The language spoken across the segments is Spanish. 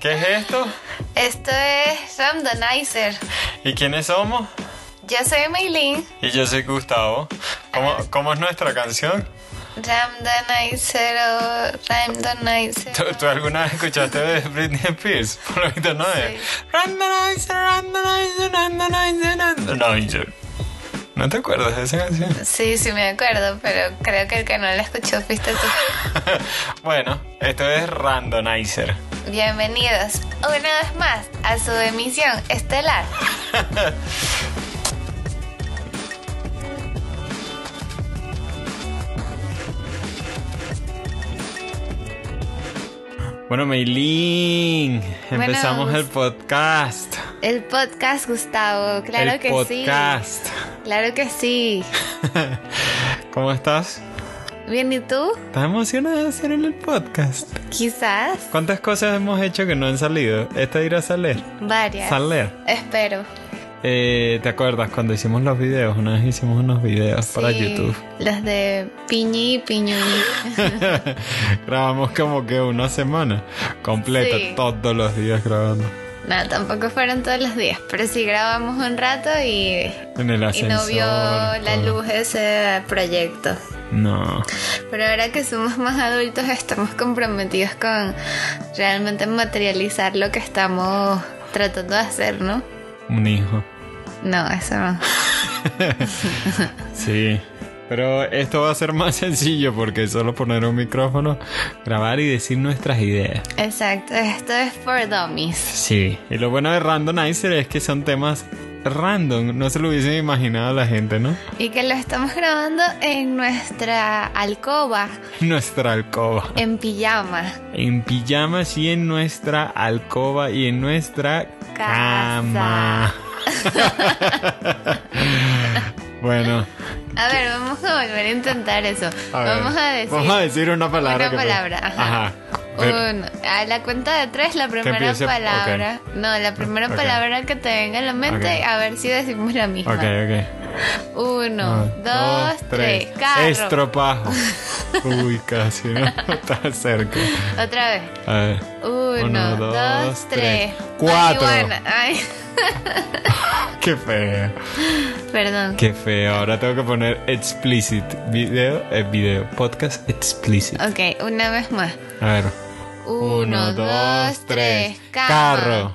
¿Qué es esto? Esto es Randomizer. ¿Y quiénes somos? Yo soy Maylin. Y yo soy Gustavo. ¿Cómo, cómo es nuestra canción? Randomizer o Randomizer. ¿Tú, tú alguna vez escuchaste de Britney Spears? Por lo visto no es. Randomizer, randomizer, randomizer, randomizer. ¿No te acuerdas de esa canción? Sí, sí me acuerdo, pero creo que el que no la escuchó fuiste tú. bueno, esto es Randomizer. Bienvenidos una vez más a su emisión estelar. Bueno, Meilín, Bueno, empezamos Gus- el podcast. El podcast, Gustavo. Claro el que podcast. sí. Claro que sí. ¿Cómo estás? Bien, ¿y tú? ¿Estás emocionada de hacer el podcast? Quizás. ¿Cuántas cosas hemos hecho que no han salido? Esta irá a salir. Varias. Salir. Espero. Eh, ¿Te acuerdas cuando hicimos los videos? Una vez hicimos unos videos para Sí, YouTube. Los de Piñi y Piñuñi. Grabamos como que una semana completa, Sí. todos los días grabando. No, tampoco fueron todos los días, pero sí grabamos un rato y, En el y ascensor. no vio la todo. luz ese proyecto. No. Pero ahora que somos más adultos estamos comprometidos con realmente materializar lo que estamos tratando de hacer, ¿no? Un hijo. No, eso no. Sí. Pero esto va a ser más sencillo porque solo poner un micrófono, grabar y decir nuestras ideas. Exacto, esto es for dummies. Sí. Y lo bueno de Randomizer es que son temas random. No se lo hubiesen imaginado la gente, ¿no? Y que lo estamos grabando en nuestra alcoba, Nuestra alcoba. en pijama. En pijamas y en nuestra alcoba y en nuestra Casa. cama. bueno, A ver, vamos a volver a intentar eso. a ver, vamos a decir. vamos a decir una palabra. una que me- palabra, ajá. Ajá. Pero- Uno. a la cuenta de tres, la primera empiece- palabra. No, la primera Ok. palabra que te venga a la mente, Ok. a ver si decimos la misma. Ok, Ah, ok. Uno, dos, tres. Carro. Estropajo. Uy, casi, ¿no? Está cerca. Otra vez. A ver. Uno, dos, tres. Cuatro. Marihuana. Ay, Qué feo. perdón. Qué feo. Ahora tengo que poner explicit. Video, eh, video. Podcast explicit. Ok, una vez más. A ver. Uno, dos, tres. Carro.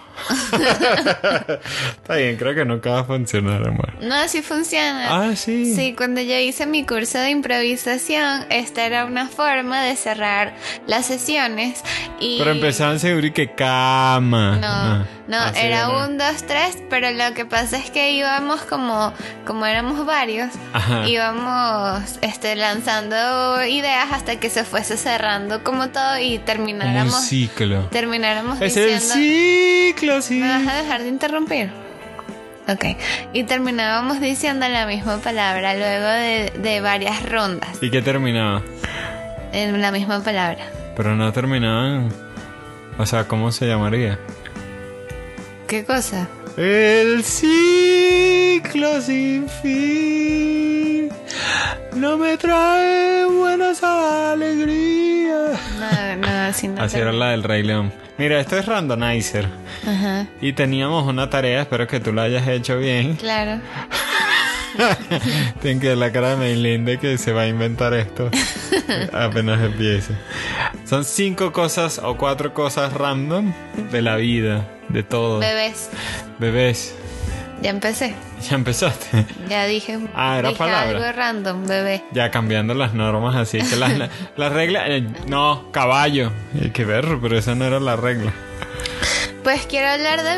Está bien, creo que nunca va a funcionar, amor. No, así funciona. Ah, sí. Sí, cuando yo hice mi curso de improvisación, esta era una forma de cerrar las sesiones y... Pero empezaban seguro y que cama. No, Ah, no, así era no. un, dos, tres, pero lo que pasa es que íbamos como, como éramos varios, Ajá. íbamos este, lanzando ideas hasta que se fuese cerrando como todo y Como un termináramos, ciclo. termináramos Es diciendo... el ciclo, sí. ¿Me vas a dejar de interrumpir? Ok. Y terminábamos diciendo la misma palabra luego de, de varias rondas ¿Y qué terminaba? en la misma palabra. Pero no terminaban. O sea, ¿cómo se llamaría? ¿Qué cosa? El ciclo sin fin no me trae buenas alegrías. No, no, así no. Así te- era la del Rey León. Mira, esto es Randomizer. Ajá. Y teníamos una tarea, espero que tú la hayas hecho bien. Claro. Tienen que ver la cara de Maylin de que se va a inventar esto apenas empiece. Son cinco cosas o cuatro cosas random de la vida, de todo. Bebés. Bebés, Ya empecé. ya empezaste. Ya dije. Ah, era dije palabra. algo random, bebé. Ya cambiando las normas, así que las, la- las reglas. eh, no, caballo. Hay que ver, pero esa no era la regla. Pues quiero hablar de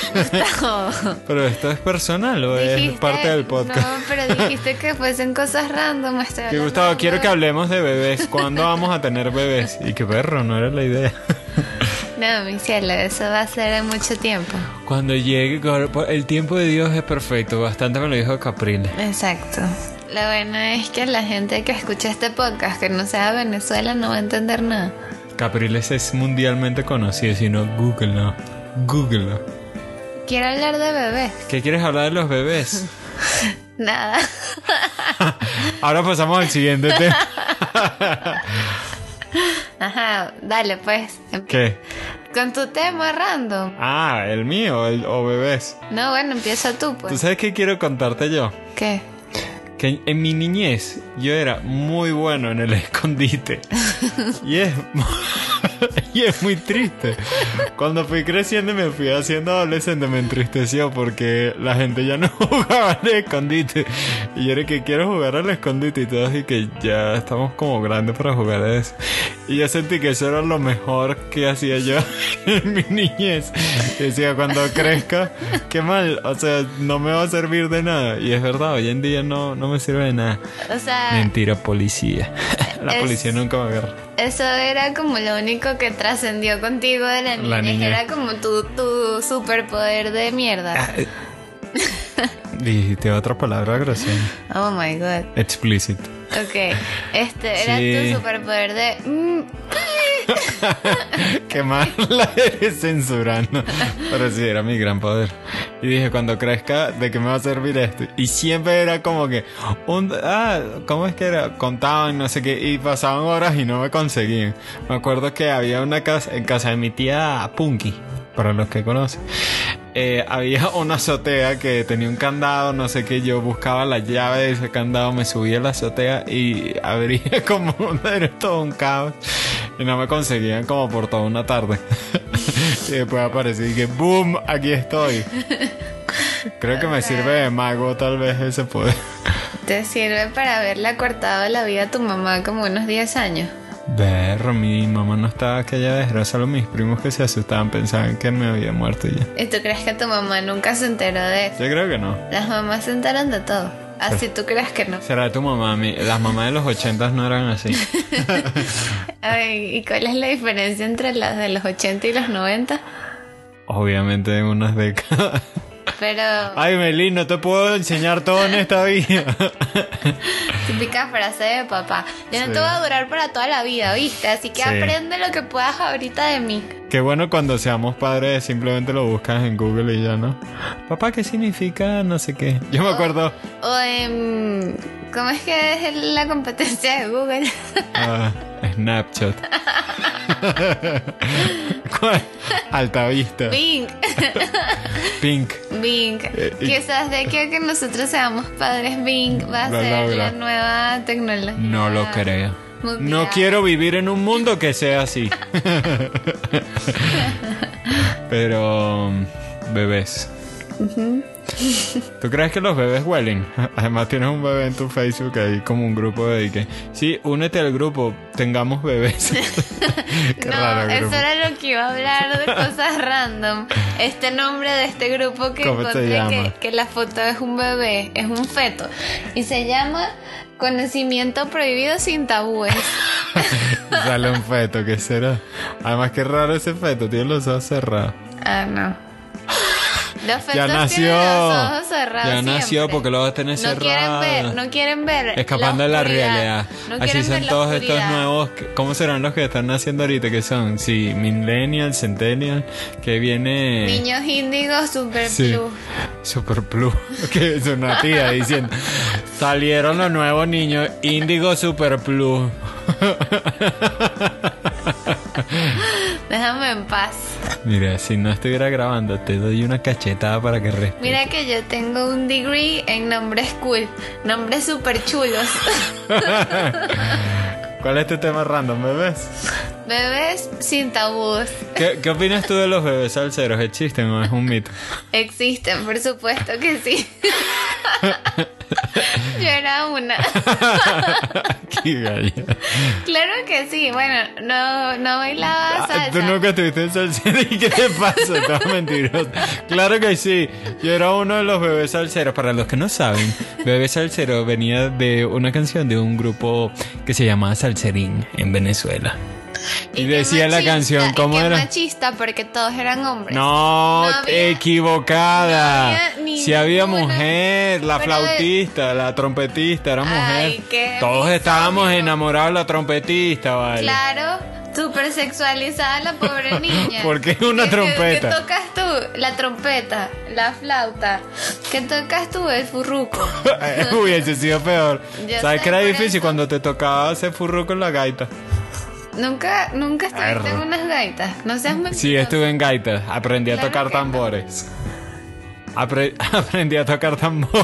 Gustavo. Pero esto es personal o es Dijiste- parte del podcast. No, pero dijiste que fuesen cosas random. estoy Que hablando Gustavo, de quiero que bebés. hablemos de bebés. ¿Cuándo vamos a tener bebés? Y que perro, no era la idea. No, mi cielo, eso va a ser en mucho tiempo. Cuando llegue, cuando- el tiempo de Dios es perfecto. Bastante me lo dijo Caprile. Exacto. Lo bueno es que la gente que escucha este podcast, que no sea de Venezuela, no va a entender nada. Capriles es mundialmente conocido, sino Google no. Google Quiero hablar de bebés. ¿Qué quieres hablar de los bebés? Nada. Ahora pasamos al siguiente tema. Ajá, dale pues. ¿Qué? Con tu tema random. Ah, el mío, el, o bebés. No, bueno, empieza tú, ¿Tú pues. sabes qué quiero contarte yo? ¿Qué? Que en mi niñez yo era muy bueno en el escondite. Y es, y es muy triste. Cuando fui creciendo y me fui haciendo adolescente me entristeció porque la gente ya no jugaba al escondite. Y yo era que quiero jugar al escondite y todo así que ya estamos como grandes para jugar a eso. Y yo sentí que eso era lo mejor que hacía yo en mi niñez. Y decía, cuando crezca, qué mal, o sea, no me va a servir de nada. Y es verdad, hoy en día no, no me sirve de nada. O sea, Mentira, policía. La Ah. Es- policía nunca me agarra. eso era como lo único que trascendió contigo de la niñez. La niñez. Era como tu, tu superpoder de mierda. Dijiste otra palabra grosera. Oh my god. Explicit. Ok. Este era Sí. tu superpoder de. mm, Qué mal la eres censurando. Pero sí, era mi gran poder. Y dije, cuando crezca, ¿de qué me va a servir esto? Y siempre era como que, un, ah, ¿cómo es que era? Contaban, no sé qué, y pasaban horas y no me conseguían. Me acuerdo que había una casa, en casa de mi tía Punky, para los que conocen. Eh, había una azotea que tenía un candado, no sé qué, yo buscaba la llave de ese candado, me subía a la azotea y abría como un- era todo un caos. Y no me conseguían como por toda una tarde. y después aparecí y que ¡boom! Aquí estoy. Creo que me sirve de mago tal vez ese poder. Te sirve para haberle cortado la vida a tu mamá como unos 10 años. Ver, mi mamá no estaba aquella vez, era solo mis primos que se asustaban, pensaban que me había muerto y ya. ¿Y tú crees que tu mamá nunca se enteró de eso? Yo creo que no. Las mamás se enteran de todo. Así tú crees que no. Será tu mamá, mi- las mamás de los ochentas no eran así. Ay, ¿y cuál es la diferencia entre las de los 80 y los 90? Obviamente en unas décadas. Pero Ay, Melín, no te puedo enseñar todo en esta vida. típica frase de papá. Yo no Sí. te voy a durar para toda la vida, ¿viste? Así que Sí. aprende lo que puedas ahorita de mí. Qué bueno cuando seamos padres, simplemente lo buscas en Google y ya, ¿no? Papá, ¿qué significa no sé qué? Yo me acuerdo. O en... ¿Cómo es que es la competencia de Google? ah, Snapchat. ¿Cuál? Altavista. Bing. Pink. Bing. Eh, y- Quizás de aquí a que nosotros seamos padres, Bing va a Lo ser logra. la nueva tecnología. No lo creo. Muy No bien. quiero vivir en un mundo que sea así. Pero mm, bebés. ¿Tú crees que los bebés huelen? Además tienes un bebé en tu Facebook ahí como un grupo de que sí, únete al grupo, tengamos bebés. Qué no, raro grupo. eso era lo que iba a hablar de cosas random. Este nombre de este grupo que ¿Cómo se encontré llama? que, que la foto es un bebé, es un feto. Y se llama Conocimiento Prohibido sin Tabúes. Sale un feto, ¿qué será? Además qué raro ese feto, tiene los ojos cerrados. Ah, no. Los fetos ya nació. tienen los ojos cerrados. ya nació siempre. porque lo vas a tener No quieren cerrado. ver, no quieren ver. Escapando de la oscuridad. realidad. No Así quieren ver son la todos estos oscuridad. nuevos. que- ¿Cómo serán los que están naciendo ahorita? Que son, sí, Millennial, Centennial, que viene. Niños índigos super Sí. blue. Super Blue. Que es una tía diciendo. Salieron los nuevos niños. Índigo Super Blue. Déjame en paz. Mira, si no estuviera grabando, te doy una cachetada para que respetes. Mira que yo tengo un degree en nombres cool, nombres super chulos. ¿Cuál es tu tema random, bebés? Bebés sin tabús ¿Qué, qué opinas tú de los bebés salseros? ¿Existen o es un mito? existen, por supuesto que sí. Yo era una. Qué galla. Claro que sí. Bueno, no, no bailaba Ah, salsa. Tú nunca estuviste en salsero y qué te pasa, estás mentiroso. Claro que sí, yo era uno de los bebés salseros. Para los que no saben, bebé salsero venía de una canción de un grupo que se llamaba Salserín en Venezuela. Y, qué decía la machista, canción, y ¿cómo qué era? machista porque todos eran hombres. No, No había- equivocada. no había si había ninguna. mujer, la Pero- flautista, la trompetista, era mujer. Ay, qué Todos estábamos misógino. enamorados de la trompetista, vale. Claro, súper sexualizada la pobre niña. ¿Por qué una ¿Qué- qué- trompeta? ¿Qué tocas tú? La trompeta, la flauta. ¿Qué tocas tú? El furruco. Hubiese sido peor. Ya ¿Sabes sé, que era por difícil eso. cuando te tocaba hacer furro con la gaita? Nunca, nunca estuviste Arre. en unas gaitas. No seas mentiroso. Sí, estuve en gaitas. Aprendí a Claro tocar que no. tambores. Apre- aprendí a tocar tambores.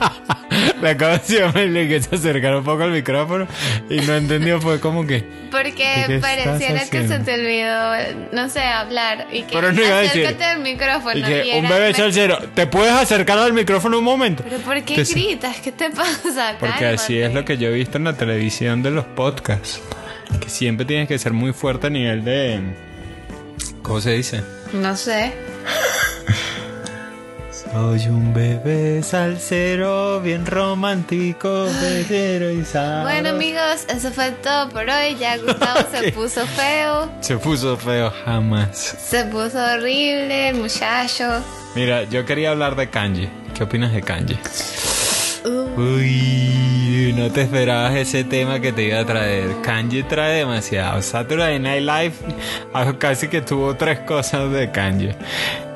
La canción me que se acercara un poco al micrófono y no entendió, fue como que. ¿Y qué Porque estás pareciera que se haciendo? te olvidó, no sé, hablar. Y que Pero no iba a decir. acércate al micrófono. Y que y un era- bebé chalcero, ¿te puedes acercar al micrófono un momento? Pero ¿por qué Te- gritas? ¿Qué te pasa? Porque así es Cálmate. lo que yo he visto en la televisión de los podcasts. Que siempre tienes que ser muy fuerte a nivel de. ¿Cómo se dice? No sé. Soy un bebé salsero, bien romántico, bebero y sal. Bueno, amigos, eso fue todo por hoy. Ya Gustavo se Ok. puso feo. Se puso feo jamás. Se puso horrible, el muchacho. Mira, yo quería hablar de kanji. ¿Qué opinas de kanji? Uy, no te esperabas ese tema que te iba a traer. Kanji trae demasiado. Saturday Night Live ah, casi que tuvo tres cosas de kanji.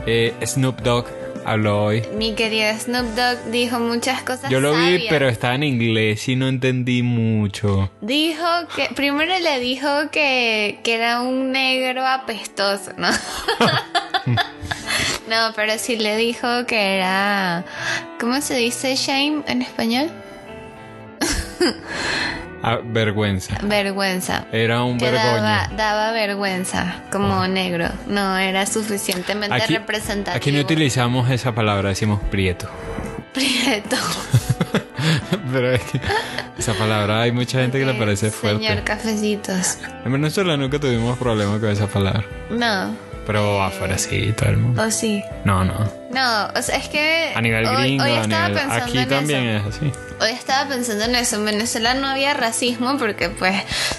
Eh, Snoop Dogg habló hoy. Mi querido Snoop Dogg dijo muchas cosas. Yo lo vi, sabias. pero estaba en inglés y no entendí mucho. Dijo que. Primero le dijo que, que era un negro apestoso, ¿no? no, pero sí le dijo que era. ¿Cómo se dice shame en español? Ah, vergüenza. Vergüenza. Era un Que daba, vergüenza. daba vergüenza como negro. No era suficientemente Aquí, representativo. aquí no utilizamos esa palabra, decimos prieto. Prieto. Pero es que esa palabra hay mucha gente que le parece fuerte. Señor Cafecitos. En Venezuela nunca tuvimos problemas con esa palabra. No, Pero afuera sí, todo el mundo. o sí. No, no. No, o sea, es que. A nivel hoy, gringo, hoy a estaba nivel- pensando aquí en también eso. es así. Hoy estaba pensando en eso. En Venezuela no había racismo porque, pues,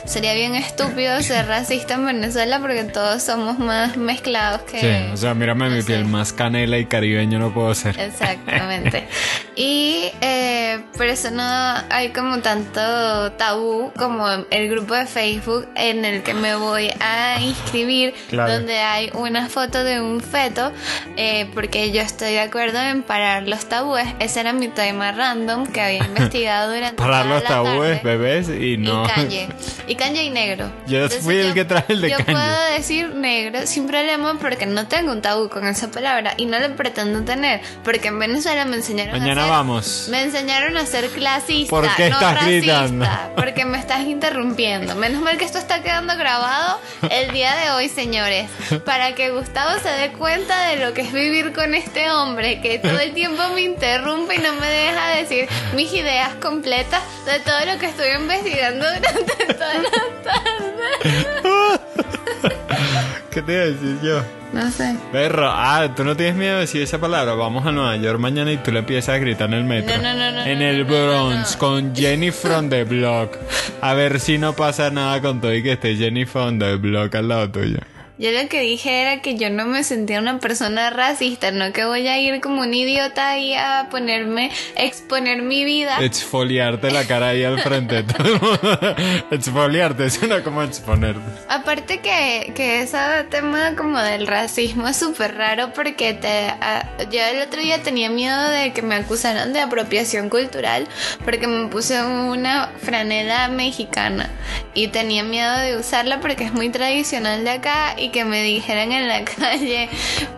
sería bien estúpido ser racista en Venezuela porque todos somos más mezclados que. Sí, o sea, mírame mi Sí. piel, más canela y caribeño no puedo ser. Exactamente. Y eh, por eso no hay como tanto tabú como el grupo de Facebook en el que me voy a inscribir, Claro. donde hay una foto de un feto, eh, porque yo estoy de acuerdo en parar los tabúes. Ese era mi tema random que había investigado durante Parar toda los la tabúes, tarde. bebés y no. Y Kanye. Y Kanye y negro. Yo fui el que traje el de yo Kanye. puedo decir negro sin problema porque no tengo un tabú con esa palabra y no lo pretendo tener. Porque en Venezuela me enseñaron Mañana a ser, vamos. Me enseñaron a ser clasista. ¿Por qué no estás racista, gritando? Porque me estás interrumpiendo. Menos mal que esto está quedando grabado el día de hoy, señores. Para que Gustavo se dé cuenta de lo que es vivir con este hombre que todo el tiempo me interrumpe y no me deja decir mis ideas completas de todo lo que estoy investigando durante toda la tarde. ¿Qué te iba a decir yo? No sé. Perro, ah, tú no tienes miedo de decir esa palabra. Vamos a Nueva York mañana y tú le empiezas a gritar en el metro. No, no, no, no, En no, el no, no, Bronx no. con Jenny from the Block. A ver si no pasa nada con todo y que esté Jenny from the Block al lado tuyo. Yo lo que dije era que yo no me sentía una persona racista, no que voy a ir como un idiota ahí a ponerme, exponer mi vida. Exfoliarte la cara ahí al frente. de todo el mundo. Exfoliarte, suena como exponerte. Aparte que, que ese tema como del racismo es súper raro porque te, a- yo el otro día tenía miedo de que me acusaran de apropiación cultural porque me puse una franela mexicana y tenía miedo de usarla porque es muy tradicional de acá y que me dijeran en la calle,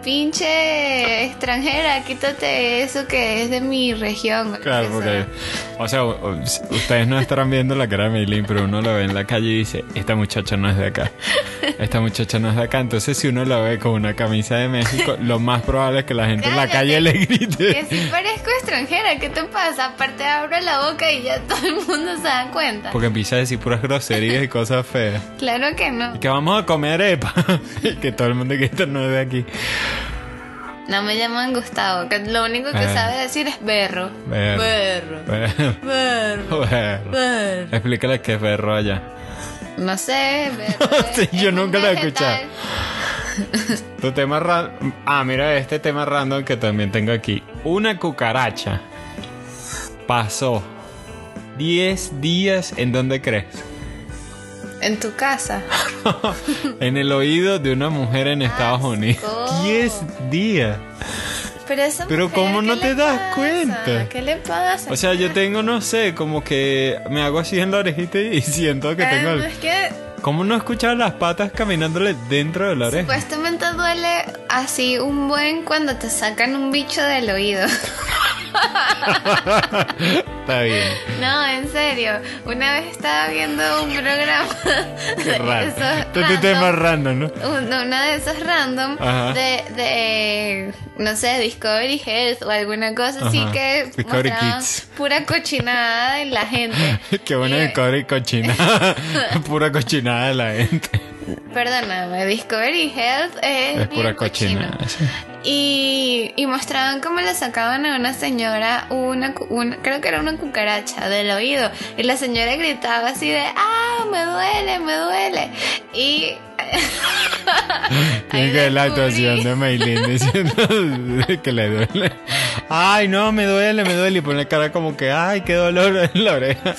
pinche extranjera, quítate eso que es de mi región. o lo que Claro, porque. sea. O sea, u- u- ustedes no estarán viendo la cara de Milin, pero uno lo ve en la calle y dice: Esta muchacha no es de acá. Esta muchacha no es de acá. Entonces, si uno la ve con una camisa de México, lo más probable es que la gente en la Cállate. calle le Que grite. si parezco extranjera, ¿qué te pasa? Aparte abro la boca y ya todo el mundo se da cuenta. Porque empieza a decir puras groserías y cosas feas. Claro que no. Y que vamos a comer arepa. Y que todo el mundo que esto no es de aquí. No me llaman Gustavo, que lo único que Ah. sabe decir es berro. Berro. Berro. Bueno, Berro. bueno. Berro. Explícale qué es berro allá. No sé, berro. es- Sí, yo es nunca un lo he vegetal. escuchado. Tu tema random. Ah, mira este tema random que también tengo aquí. Una cucaracha pasó 10 días en donde crees. En tu casa. en el oído de una mujer en Estados Unidos. 10 días. Pero esa Pero mujer, ¿cómo ¿qué no le te das pasa? cuenta? ¿Qué le pasa? O sea, yo tengo, no sé, como que me hago así en la orejita y siento que tengo el... Además Ah, que ¿Cómo no escuchaba las patas caminándole dentro de la oreja? Supuestamente duele así un buen cuando te sacan un bicho del oído. Está bien. No, en serio. Una vez estaba viendo un programa de Qué raro. esos Este es tu tema random, random, ¿no? un- una de esos random Ajá. de, de, no sé, Discovery Health o alguna cosa así Ajá. que Discovery mostraban Kids. pura cochinada de la gente. Qué bueno Y- que cobre cochinada. Pura cochinada de la gente. Perdóname, Discovery Health es, Es pura bien cochino. cochinada. sí. Y, y mostraban cómo le sacaban a una señora una, cu- un- creo que era una cucaracha del oído y la señora gritaba así de ah me duele me duele y Tiene Ahí que ver la descubrí. actuación de Maylin diciendo que le duele. Ay, no, me duele, me duele. Y pone cara como que, ay, qué dolor en la oreja.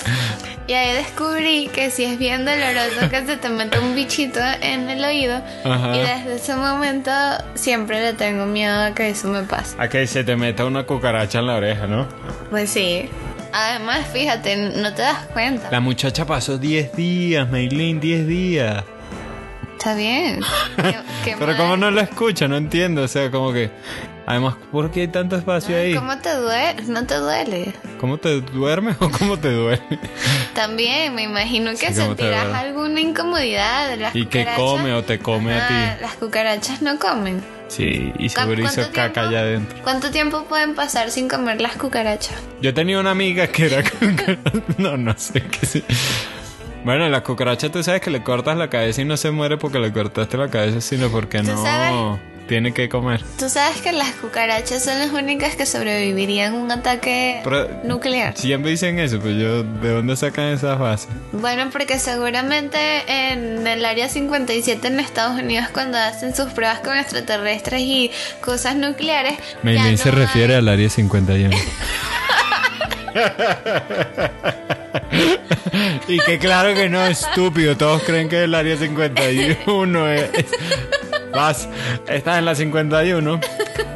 y ahí descubrí que si es bien doloroso que se te meta un bichito en el oído Ajá. y desde ese momento siempre le tengo miedo a que eso me pase A que se te meta una cucaracha en la oreja, ¿no? pues sí además fíjate no te das cuenta La muchacha pasó 10 días, Maylin, 10 días. está bien Qué- qué Pero mal. cómo no la escucha, no entiendo. O sea, como que... Además, ¿por qué hay tanto espacio ahí? ¿Cómo te duele? No te duele. ¿Cómo te duermes o cómo te duele? También me imagino que Sí, ¿cómo te sentirás duele? alguna incomodidad. de Las Y que cucarachas. come o te come a Ah, ti. Las cucarachas no comen. Sí, y ¿Cu- seguro hizo cuánto caca tiempo- allá adentro. ¿Cuánto tiempo pueden pasar sin comer las cucarachas? Yo tenía una amiga que era cucaracha. No, no sé qué sí. Bueno, la cucaracha tú sabes que le cortas la cabeza y no se muere porque le cortaste la cabeza, sino porque ¿Tú no sabes? tiene que comer. Tú sabes que las cucarachas son las únicas que sobrevivirían a un ataque Pero nuclear. siempre dicen eso, pero yo, ¿de dónde sacan esas bases? Bueno, porque seguramente en el área 57 en Estados Unidos cuando hacen sus pruebas con extraterrestres y cosas nucleares... ya Maylin no se refiere al área 51. y que claro que no, estúpido. Todos creen que el área 51 es. eh. Vas, estás en la 51,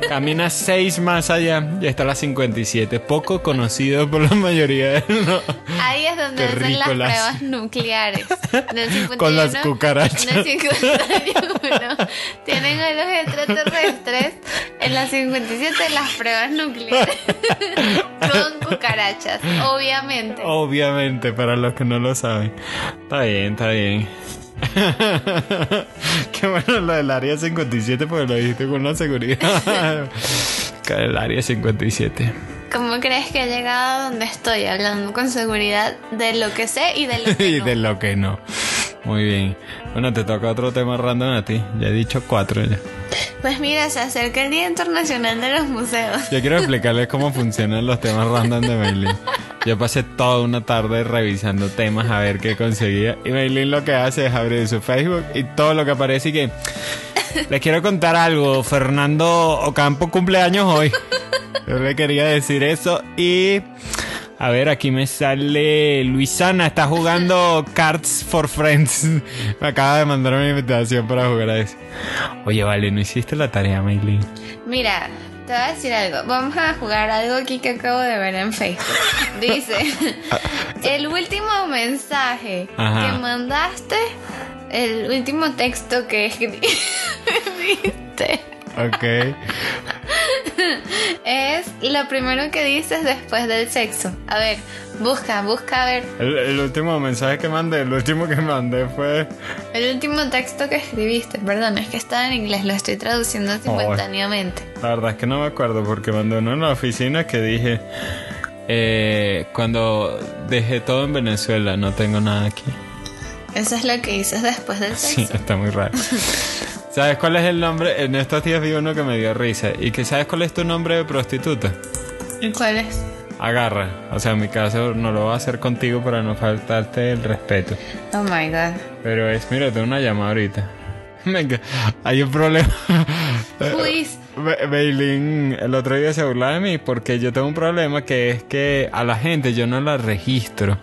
caminas 6 más allá y está la 57. Poco conocido por la mayoría de los. Ahí es donde hacen las Terrícolas. pruebas nucleares. Del 51, Con las cucarachas. del 51, tienen a los extraterrestres en las 57 las pruebas nucleares. Con cucarachas, obviamente. Obviamente, para los que no lo saben. Está bien, está bien. Qué bueno lo del área 57 porque lo dijiste con una seguridad. Que el área 57. ¿Cómo crees que he llegado a donde estoy? Hablando con seguridad de lo que sé y de lo que y no. de lo que no. Muy bien. Bueno, te toca otro tema random a ti. Ya he dicho cuatro ya. Pues mira, se acerca el Día Internacional de los Museos. Yo quiero explicarles cómo funcionan los temas random de Maylin. Yo pasé toda una tarde revisando temas a ver qué conseguía. Y Maylin lo que hace es abrir su Facebook y todo lo que aparece y que... Les quiero contar algo. Fernando Ocampo cumpleaños hoy. Yo le quería decir eso y... A ver, aquí me sale Luisana, está jugando Cards for Friends. Me acaba de mandar una invitación para jugar a eso. Oye, vale, no hiciste la tarea, Maylin. Mira, te voy a decir algo. Vamos a jugar algo aquí que acabo de ver en Facebook. Dice, el último mensaje Ah. Ajá. que mandaste, el último texto que escribiste, Ok. es lo primero que dices después del sexo. A ver, busca, busca a ver. El, el último mensaje que mandé, el último que mandé fue. El último texto que escribiste, perdón, es que está en inglés, lo estoy traduciendo Oh. simultáneamente. La verdad es que no me acuerdo porque mandé uno en la oficina que dije. eh, cuando dejé todo en Venezuela, no tengo nada aquí. Eso es lo que dices después del Sí, sexo. está muy raro. ¿Sabes cuál es el nombre? En estos días vi uno que me dio risa. ¿Y que sabes cuál es tu nombre de prostituta? ¿Y cuál es? Agarra. O sea, en mi caso no lo voy a hacer contigo para no faltarte el respeto. Oh my god. Pero es, mira, tengo una llamada ahorita. Venga, hay un problema. Luis. Be- Beilín el otro día se burlaba de mí porque yo tengo un problema que es que a la gente yo no la registro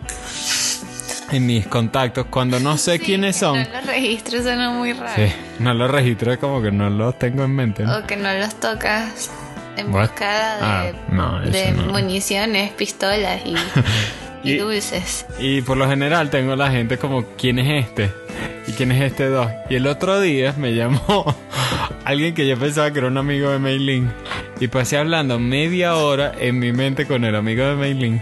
en mis contactos cuando no sé quiénes que son. No los registros suena muy raro. Sí, no los registro es como que no los tengo en mente. ¿no? O que no los tocas en What? busca de, Ah, no, eso de no. municiones, pistolas y y, Y- dulces. Y por lo general tengo la gente como, ¿quién es este? ¿Y quién es este dos? Y el otro día me llamó alguien que yo pensaba que era un amigo de Meilin. Y pasé hablando media hora en mi mente con el amigo de Meilin.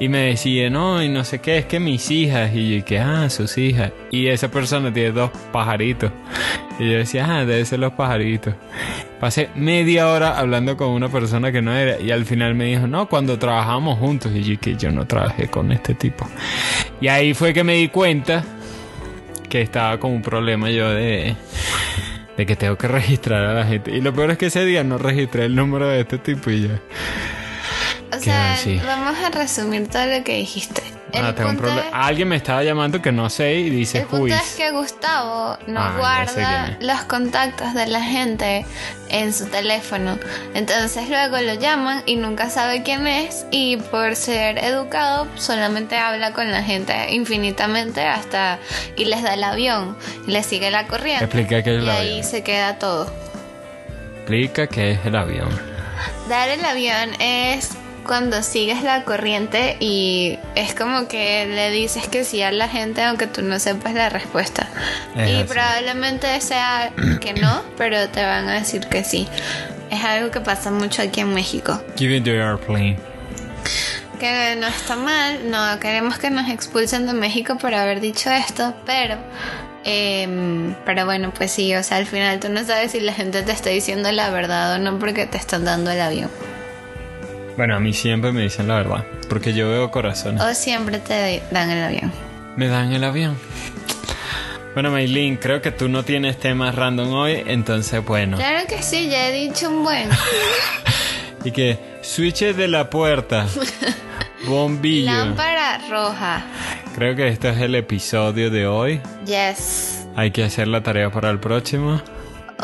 Y me decía, no, y no sé qué, es que mis hijas. Y yo, que, ah, sus hijas. Y esa persona tiene dos pajaritos. Y yo decía, ah, debe ser los pajaritos. Pasé media hora hablando con una persona que no era. Y al final me dijo, no, cuando trabajamos juntos. Y yo, que yo no trabajé con este tipo. Y ahí fue que me di cuenta que estaba con un problema yo de. De que tengo que registrar a la gente. Y lo peor es que ese día no registré el número de este tipo y ya. O sea, así. vamos a resumir todo lo que dijiste. El Ah, tengo un punto problema. es- Alguien me estaba llamando que no sé y El dice punto es juiz. que Gustavo no Ah, ya sé guarda quién los contactos de la gente en su teléfono. Entonces luego lo llaman y nunca sabe quién es y por ser educado solamente habla con la gente infinitamente hasta y les da el avión y les sigue la corriente. Explica qué es el y ahí avión. se queda todo. Explica que es el avión. Dar el avión es cuando sigues la corriente y es como que le dices que sí a la gente aunque tú no sepas la respuesta. Es y así. probablemente sea que no, pero te van a decir que sí. Es algo que pasa mucho aquí en México. Give it your airplane. Que no está mal, no queremos que nos expulsen de México por haber dicho esto, pero... em, pero bueno, pues sí, o sea, al final tú no sabes si la gente te está diciendo la verdad o no porque te están dando el avión. Bueno, a mí siempre me dicen la verdad. Porque yo veo corazones. O siempre te dan el avión. Me dan el avión. Bueno, Maylin, creo que tú no tienes temas random hoy, entonces bueno. Claro que sí, ya he dicho un buen. Y que switches de la puerta. Bombillo. Lámpara roja. Creo que este es el episodio de hoy. Yes. Hay que hacer la tarea para el próximo.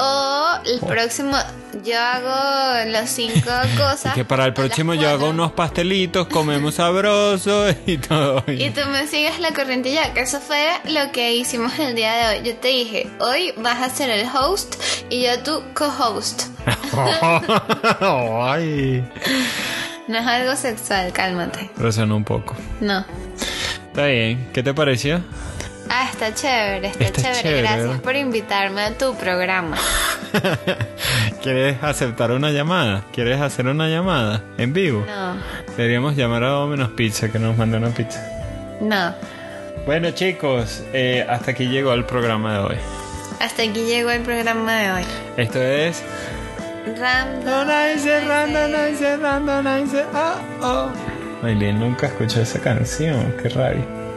O el próximo, yo hago los cinco Oh. Y cosas. que para el próximo yo hago unos pastelitos, comemos sabroso y todo. Y tú me sigues la corriente ya, que eso fue lo que hicimos el día de hoy. Yo te dije, hoy vas a ser el host y yo tu co-host. Ay. No es algo sexual, cálmate. Resonó un poco. No. Está bien. ¿Qué te pareció? Ah, está chévere, está, Está chévere. chévere, Gracias ¿verdad? por invitarme a tu programa. ¿Quieres aceptar una llamada? ¿Quieres hacer una llamada en vivo? No, Deberíamos llamar a Domino's Pizza que nos mande una pizza. no. Bueno chicos, eh, hasta aquí llegó el programa de hoy. Hasta aquí llegó el programa de hoy. Esto es... Random. Ah, oh. Maylin nunca escuchó esa canción, qué rabia.